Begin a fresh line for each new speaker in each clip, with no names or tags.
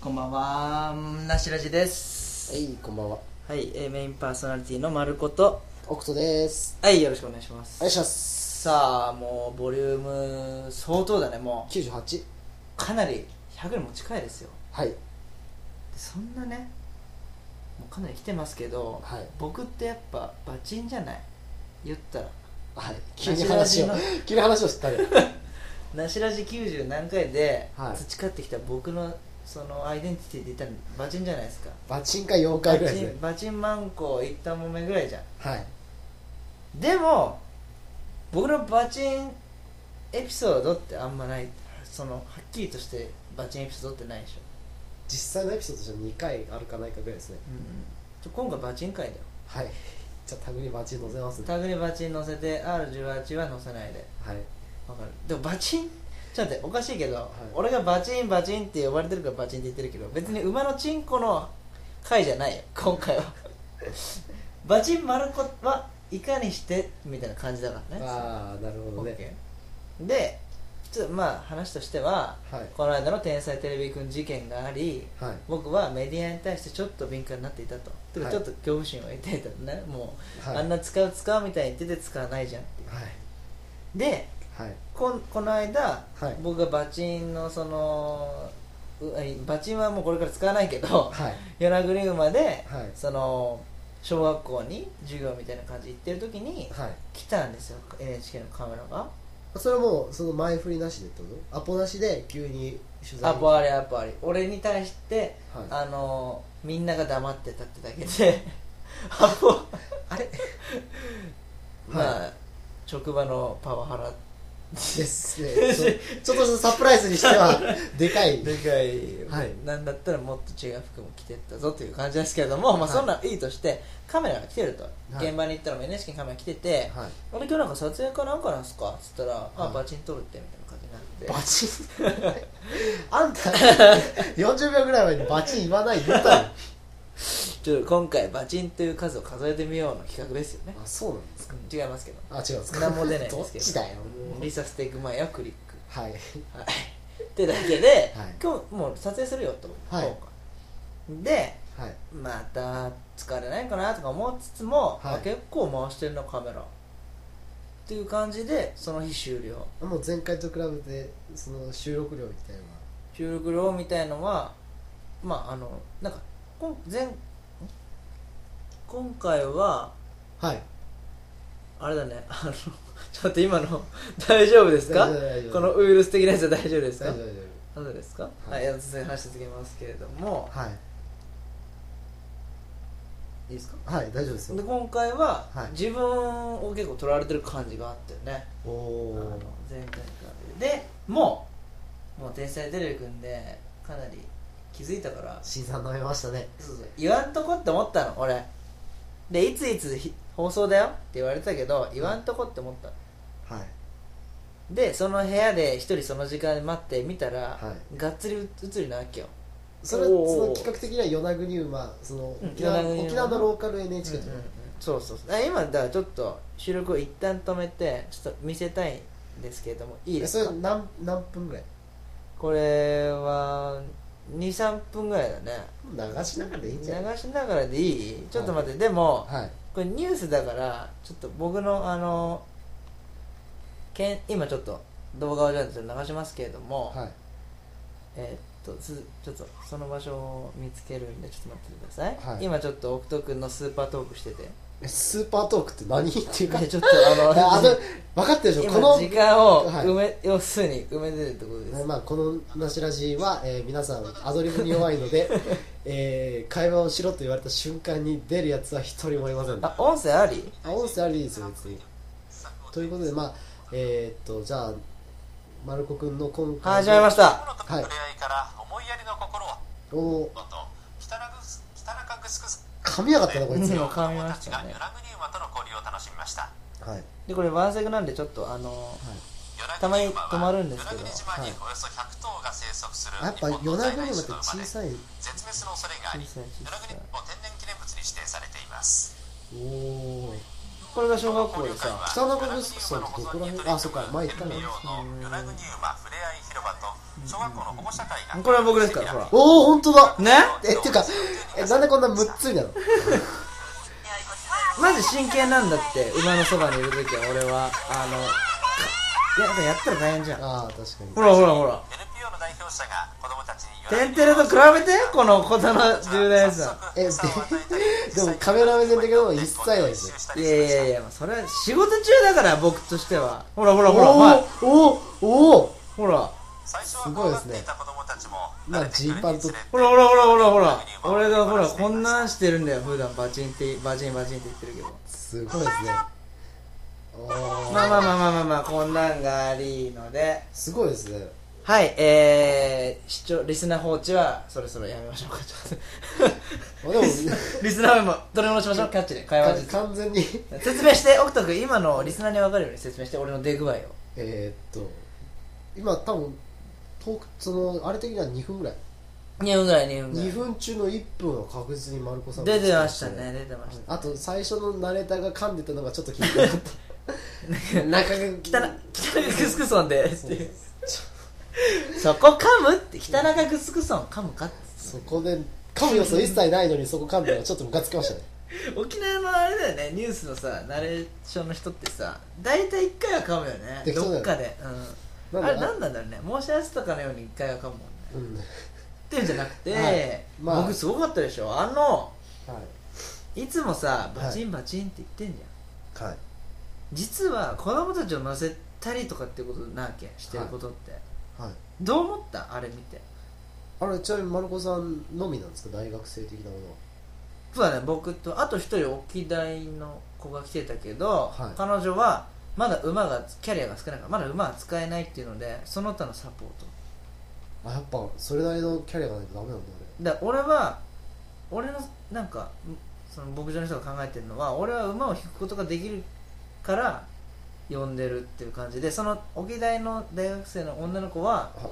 こんばんはなしらじです
はい、こんばんは。
はい、えーメインパーソナリティのまること
奥クです。
はいよろしくお願いします
お願いします。
さあもうボリューム相当だねもう
九十八。
かなり100にも近いですよ
はい。
でそんなねもうかなり来てますけど、
はい。
僕ってやっぱバチンじゃない言ったら
はい。急に話を
ラジラ。
急に話をしたね。
なしらじ90何回で
はい
培ってきた僕のそのアイデンティティで言ったらバチンじゃないですか
バチンか妖怪ぐらいですね。
バチンバチンマンコいったもめぐらいじゃん
はい。
でも僕のバチンエピソードってあんまないそのはっきりとしてバチンエピソードってないでしょ、
実際のエピソードじゃ二回あるかないかぐらいですね。
ちょ今回バチン会だよ
はい。じゃあタグにバチン載せますね。
タグにバチン乗せて R18 は乗せないで
はい。
わかるでもバチンちょっと待っておかしいけど、
い
俺がバチンバチンって呼ばれてるからバチンって言ってるけど別に馬のチンコの回じゃないよ今回はバチンマルコはいかにしてみたいな感じだからね
ああ、なるほどね。
OK でちょっとまあ話としては
はい。
この間の「天才テレビくん」事件があり
はい。
僕はメディアに対してちょっと敏感になっていたとてか
はい
ちょっと恐怖心を得ていたのねもう、
はい。
あんな使う使うみたいに言ってて使わないじゃんっていう
はい。
で
はい。
こんこの間、
はい
僕がバチンのそのうあいバチンはもうこれから使わないけど
はい。
与那国馬で、
はい
その小学校に授業みたいな感じで行ってる時に
はい。
来たんですよ NHK のカメラが
それはもうその前振りなしでってこと？アポなしで急に取材
ア
に。
ポありアポあり俺に対して、
はい
あのみんなが黙ってたってだけで アポ
あれ。
まあ職場のパワハラ
ですね。ちょちょっとしたサプライズにして はでかい。
でかい、
はい
なんだったらもっと違う服も着てったぞという感じですけれども、まあ、
はい
そんなのいいとしてカメラが来てると、
い
現場に行ったらもう NHK カメラ来てて
はい。
「俺今日なんか撮影かなんかなんすか?」っつったら「あ
はい
バチン撮るって」みたいな感じになって
バチンあんた40秒ぐらい前にバチン言わない言ったの
ちょっと今回バチンという数を数えてみようの企画ですよね
あそうなんです
うん違いますけど
あ違うんですか
何も出ないですけど
どっちだよもう
リサステイク前はクリック
はい
はいってだけで、
はい
今日もう撮影するよと、
はい
そうかで
はい
また疲れないかなとか思いつつも、
はい
あ結構回してるなカメラっていう感じでその日終了
もう前回と比べてその収録量みたいなのは
収録量みたいのはまああのなんかこん前ん今回は
はい
あれだね あのちょっと待って今の 大丈夫ですか
大丈夫大丈夫
このウイルス的なやつは大丈夫です
大
か
丈夫大丈
なぜですか
は
はいい、はい、続き話し続けますけれども
夫はい
いいですか
はい大丈夫です
で
よ
今回は、
はい
自分を結構取られてる感じがあったよね
お
あの
お
前回からでもうもう「天才テレビくん」でかなり気づいたから
新さん飲めましたね
そうそう言わんとこって思ったの俺でいついつひ放送だよって言われてたけど言わんとこって思ったの
はい
でその部屋で一人その時間で待って見たら、
は
がっつりうつりなわけよ
それは
おー
その企画的には与那国馬その
うん
沖縄
与那国馬
沖縄のローカ
う
ル
ん
NHK
う
と
ん
か
うんそうそうそうあ今だからちょっと収録を一旦止めてちょっと見せたいんですけれどもいい
え
です
そ
か
れ何何分ぐらい
これは23分ぐらいだね
流しながらでいいん
流
じゃない
しながらでいいちょっと待って、でも
はい
これニュースだからちょっと僕のあのけん今ちょっと動画をじゃあちょっと流しますけれども、
はい
えーっとすちょっとその場所を見つけるんでちょっと待っててください、
はい
今ちょっと奥戸君のスーパートークしてて
えスーパートークって何っていうか
でちょっ とあの
ああの分かってるでしょ
今
この
時間を
はい
埋め、要するに埋めてるってことです、
まあ、この「なしラジは」えー皆さんアドリブに弱いの で、えー会話をしろと言われた瞬間に出るやつは一人もいませんあ
あ音声あり
音声ありですよ別にということでまあえーっとじゃあまるこくんの今回の
始めました
心との触れ合いから思いやりの心を
おー
と北中北中城さ
噛みやがったなこいつ、
うん
の子
噛み
供
ま
た
し
ち
た
が
ね
与那国馬との交流を楽しみました
はい
でこれワンセグなんでちょっとあのた
た
まに止まるんですけど
与那国島におよそ100頭が生息する
やっぱ
日
与
本の
那
在
国
来
馬って
種の馬
小
で
さい
絶滅の恐れがあり
小さい小さい
与那国を天然記念物に指定されています
おお
これが小学校でさ
北中グスクさんってどこら辺あそっか前行ったな
与那国馬ふれあい広場と小学校の保護者会が
これは僕ですからほら
おお本当だ
ね
えっていうかえなんでこんな6つになの
マジ真剣なんだって馬のそばにいる時は俺はあのかやっぱやったら大変じゃん
ああ確かに
ほらほらほら
NPO の代表者が子供たちに
テンテレと比べてこの子供の重大さ
えででもカメラ目線だけど一切ないです
い
よ
やいやいやまあそれは仕事中だから僕としてはほらほら
お
ほらはい
ーおーおお
ほら
す
ごいですねまあジーパンと
ほらほらほらほらほら俺がほらこんなんしてるんだよ普段バチンってバチンバチンって言ってるけど
すごいですねおお、
まあまあまあまあまあまあこんなんがありのです
ごいですね
はいえー、視聴リスナー放置はそろそろやめましょうかちょっ
あで
と
も
リスナーも取り戻しましょうキャッチで会話
か
術
完全に
説明して奥田君今のリスナーに分かるように説明して俺の出具合を
えーっと今多分トークそのあれ的には2分ぐらい
2分ぐらい2分ぐらい
2分中の1分は確実に丸子さんが
出てましたね出てました
あと最初のナレーターが噛んでたのがちょっと気になった中が
北な北中グスクソンで
そうそう
そこ噛むって北中グスクソン噛むかって
そこで噛む要素一切ないのにそこ噛んだらちょっとムカつきましたね
沖縄のあれだよねニュースのさナレーションの人ってさ大体一回は噛むよね
適当だ
ど
よね
っかで、うん、あ
なん
れ
だ
何なんだろうね申し合わせとかのように一回は噛むもんね
うんは
っていうんじゃなくて、
はいまあ
僕すごかったでしょあの
い
いつもさバチンバチンって言ってんじゃん、
はい
実は子供たちを乗せたりとかってことなわけしてることって、
はい
どう思ったあれ見て
あれちなみに丸子さんのみなんですか大学生的なものは
そうだね僕とあと一人沖大の子が来てたけど、
はい
彼女はまだ馬がキャリアが少ないからまだ馬は使えないっていうのでその他のサポート
あやっぱそれなりのキャリアがないとダメなんだあれ
だから俺は俺のなんかんその牧場の人が考えてるのは俺は馬を引くことができるから呼んでるっていう感じでその沖大の大学生の女の子は
は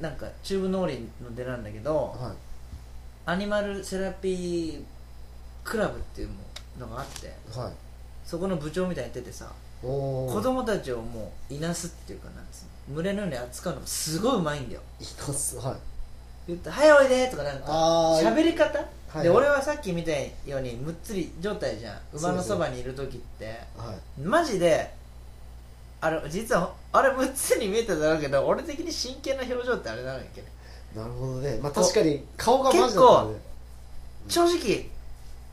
い
なんか中部農林の出なんだけど
はい
アニマルセラピークラブっていうのがあって
はい
そこの部長みたいにやっててさ
おお
子供たちをもういなすっていうかなんです群れのように扱うのがすごいうまいんだよ
いますはい
言って「はいおいで」とかなんか
あー
喋り方、
い
で
はい
俺はさっき見たようにむっつり状態じゃん馬のそばにいる時って
はい
マジであれ実はあれむっつり見えてただろうけど俺的に真剣な表情ってあれなんだっけね
なるほどねまあ確かに顔がマジだったね
正直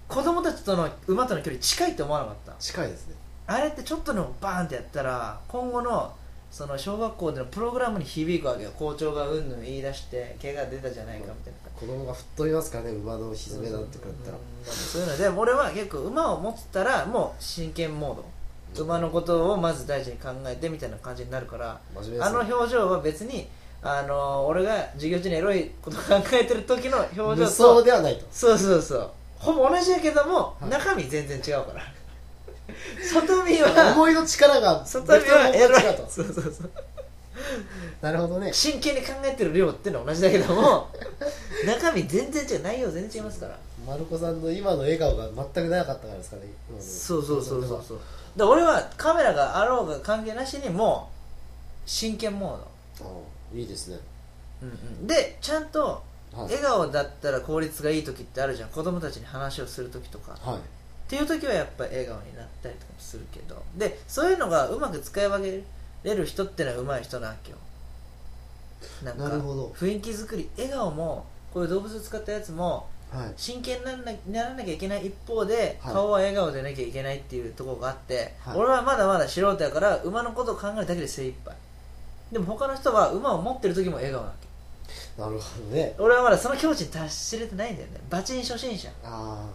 子供たちとの馬との距離近いと思わなかった
近いですね
あれってちょっとでもバーンってやったら今後のその小学校でのプログラムに響くわけよ校長がうんぬん言い出して怪我出たじゃないかみたいな
子供が吹っ飛びますからね馬のひずめなんてくらったら
うんそういうので俺は結構馬を持ってたらもう真剣モード馬のことをまず大事に考えてみたいな感じになるから
真面目で
あ
す
の
ね
表情は別にあの俺が授業中にエロいこと考えてる時の表情
無
と
双ではないと
そうそうそうほぼ同じだけども、
はい
中身全然違うから外見は
思いの力が
外見は
ベ
エ
クトルの
ロい
力と
そうそうそう
なるほどね
真剣に考えてる量ってのは同じだけども中身全然違う内容全然違いますから
丸子さんの今の笑顔が全くなかったからですかね今の
そうそうそうそうそうで俺はカメラがあろうが関係なしにもう真剣モード、
あいいですね
うんうん、でちゃんと
はい
笑顔だったら効率がいい時ってあるじゃん子供たちに話をする時とかっ
はい
ていう時はやっぱり笑顔になったりとかもするけどでそういうのがうまく使い分けれる人ってのは上手い人なわけよなんか
なるほど
雰囲気作り笑顔もこういう動物を使ったやつも
はい
真剣にならなならなきゃいけない一方で、
はい
顔は笑顔でなきゃいけないっていうところがあって、
はい
俺はまだまだ素人やから馬のことを考えるだけで精一杯でも他の人は馬を持ってる時も笑顔なわけ
なるほどね
俺はまだその境地に達しれてないんだよねバチン初心者
あ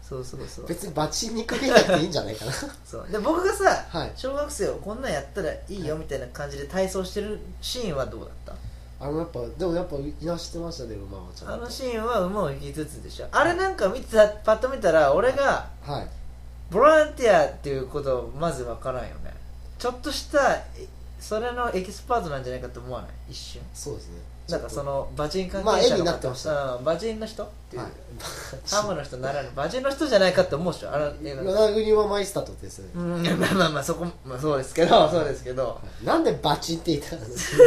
そうそうそ
あ
う
別にバチにかけなくていいんじゃないかな
そうで僕がさ、
はい
小学生をこんなんやったらいいよみたいな感じで体操してるシーンはどうだった
あのやっぱでもやっぱいなしてましたね馬はちゃ
あ
んと
のシーンは馬を引きつつでしょあれなんか見てたパッと見たら俺が
はい
ボランティアっていうことをまず分からんよねちょっとしたえそれのエキスパートなんじゃないかと思わない一瞬
そうですねち
な
ょっ
ん
と
かその馬人関係者の方、
まあ絵になってました
うん、馬人の人っていう、
はい
ハムの人ならぬ馬人の人じゃないかって思うでしょあの映画
与那国はマイスターとですね、
うんまあまあまあそこ、まあ、そうですけどそうですけど
なんでバチンって言ったんですか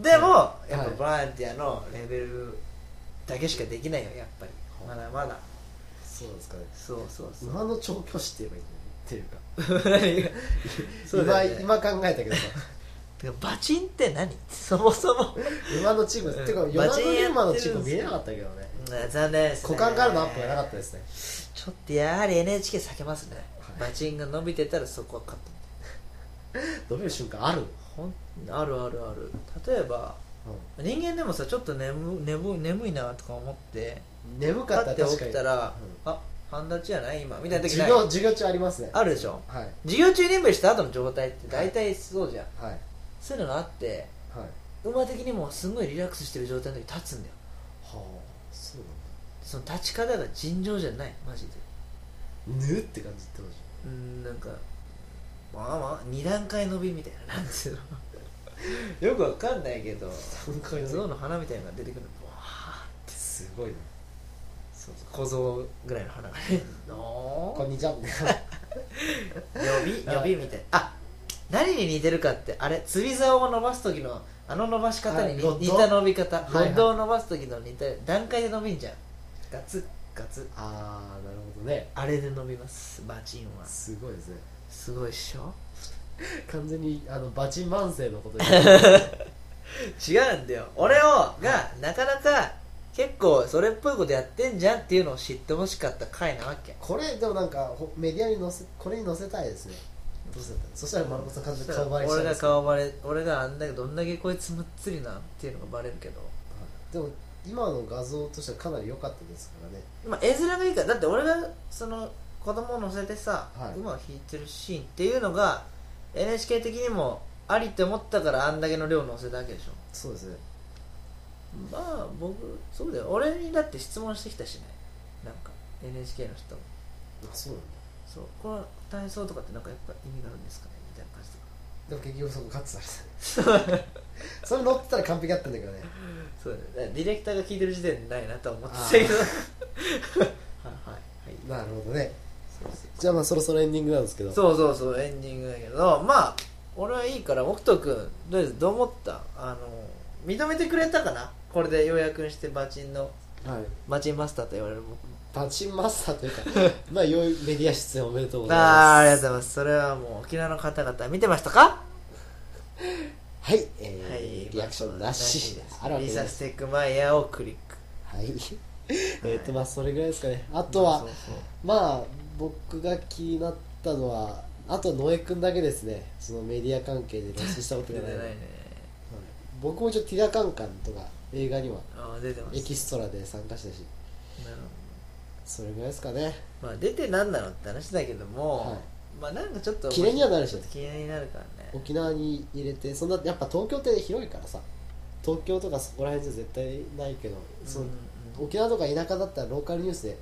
でも、
い
やっぱ
はい
ボランティアのレベルだけしかできないよやっぱりまだまだ
そうですかね
そうそうそう
馬の調教師って言えばいいんだよ
何
ねって いうか
がそうだよね
今今考えたけどさ
てか馬人って何 そもそも
馬のチーム、っていうか
うん
与那国馬の
馬
チ
人
ー
やってるん
ム
ですよ
見えなかったけどね
うん残念です、ね、
股間からのアップがなかったですね
ちょっとやはり NHK 避けますね、
は
馬人が伸びてたらそこはカット
伸びる瞬間ある、うん、
ほんあるあるある例えば人間でもさちょっと眠眠い眠いなとか思って
眠
パ
かった
ッ
ら
て
確
起
かに
きたら、
う
あ半立ちやない今みたい
ん
な時
授
ない
業授業中ありますね
あるでしょ
はい
授業中に眠りした後の状態って大体そうじゃん、
はいはい
そういうのがあって馬的にもすごいリラックスしてる状態の時に立つんだよ
はあそう
その立ち方が尋常じゃないマジで
なんだぬって感じってほし
うーんなんかまあまあ2段階伸びみたいななんつうのよくわかんないけど
い段階伸び
象の花みたいなのが出てくるのわー
すごいな
そうそう小僧ぐらいの花がね
こ
の
んにちは
予備予備みたいなあ何に似てるかってあれ釣り竿を伸ばす時のあの伸ばし方にに
はいロッド
似た伸び方
はい
ロ
はい
ッドを伸ばす時の似た段階で伸びんじゃんガツッ ガツッ
ああなるほどね
あれで伸びますバチンは
すごいですね
すごいっしょ
完全にあのバチン万世 のこと言ってる
違うんだよ俺をがなかなか結構それっぽいことやってんじゃんっていうのを知ってほしかった回なわけ
これでもなんかほメディアに載せこれに載せたいですねどうせだったらそしたら丸子さん完全に顔バレしちゃ
俺
いま
が
すね
顔バレ俺があんだけどんだけこいつむっつりなっていうのがバレるけど
でも今の画像としてはかなり良かったですからね
まあ絵面がいいからだって俺がその子供を乗せてさ、
はい
馬を引いてるシーンっていうのが NHK 的にもありって思ったからあんだけの量乗せたわけでしょ
そうですね
まあ僕そうだよ俺にだって質問してきたしねなんか NHK の人
あそうなんだ
そうこの体操とかってなんかやっぱ意味があるんですかねみたいな感じとか
でも結局そこカットされたねそれ乗ってたら完璧だったんだけどね
そうだねだからディレクターが聞いてる時点でないなとは思ってたけどはいはいはい
なるほどね
そうそう
じゃあまあそろそろエンディングなんですけど
そうそうそうエンディングだけどまあ俺はいいから北斗君どうですどう思ったあの認めてくれたかなこれでようやくしてバチンの
はい
バチンマスターと言われる僕も
パチンマスター というかまあ良いメディア出演おめでとうござい
ああありが
ます
とうございますそれはもう沖縄の方々見てましたか
はい、えーリアクションなし、
です
あるわけ
リ
で
サ
す
ステックマイヤーをクリック
はいえっとまあそれぐらいですかねあとは
そうそう
まあ僕が気になったのはあと野江君だけですねそのメディア関係で露出したこと
出
が
て
な
ないいね
僕もちょっとティラカンカンとか映画には
ああ出てます
エキストラで参加したし
なるほど
それぐらいですかね
まあ出てなんなのって話だけども、
はい
まあなんかちょっと
記念にはなるでし
ち
ょ
ょっと記念になるからね
沖縄に入れてそんなやっぱ東京って広いからさ東京とかそこら辺じゃ絶対ないけどその
うんうん
沖縄とか田舎だったらローカルニュースで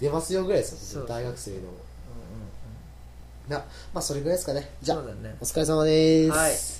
出ますよぐらいです
そう
よ
そう
大学生の
うんうんうん
なまあそれぐらいですかねじゃあ
そうだね
お疲れ様です、
はい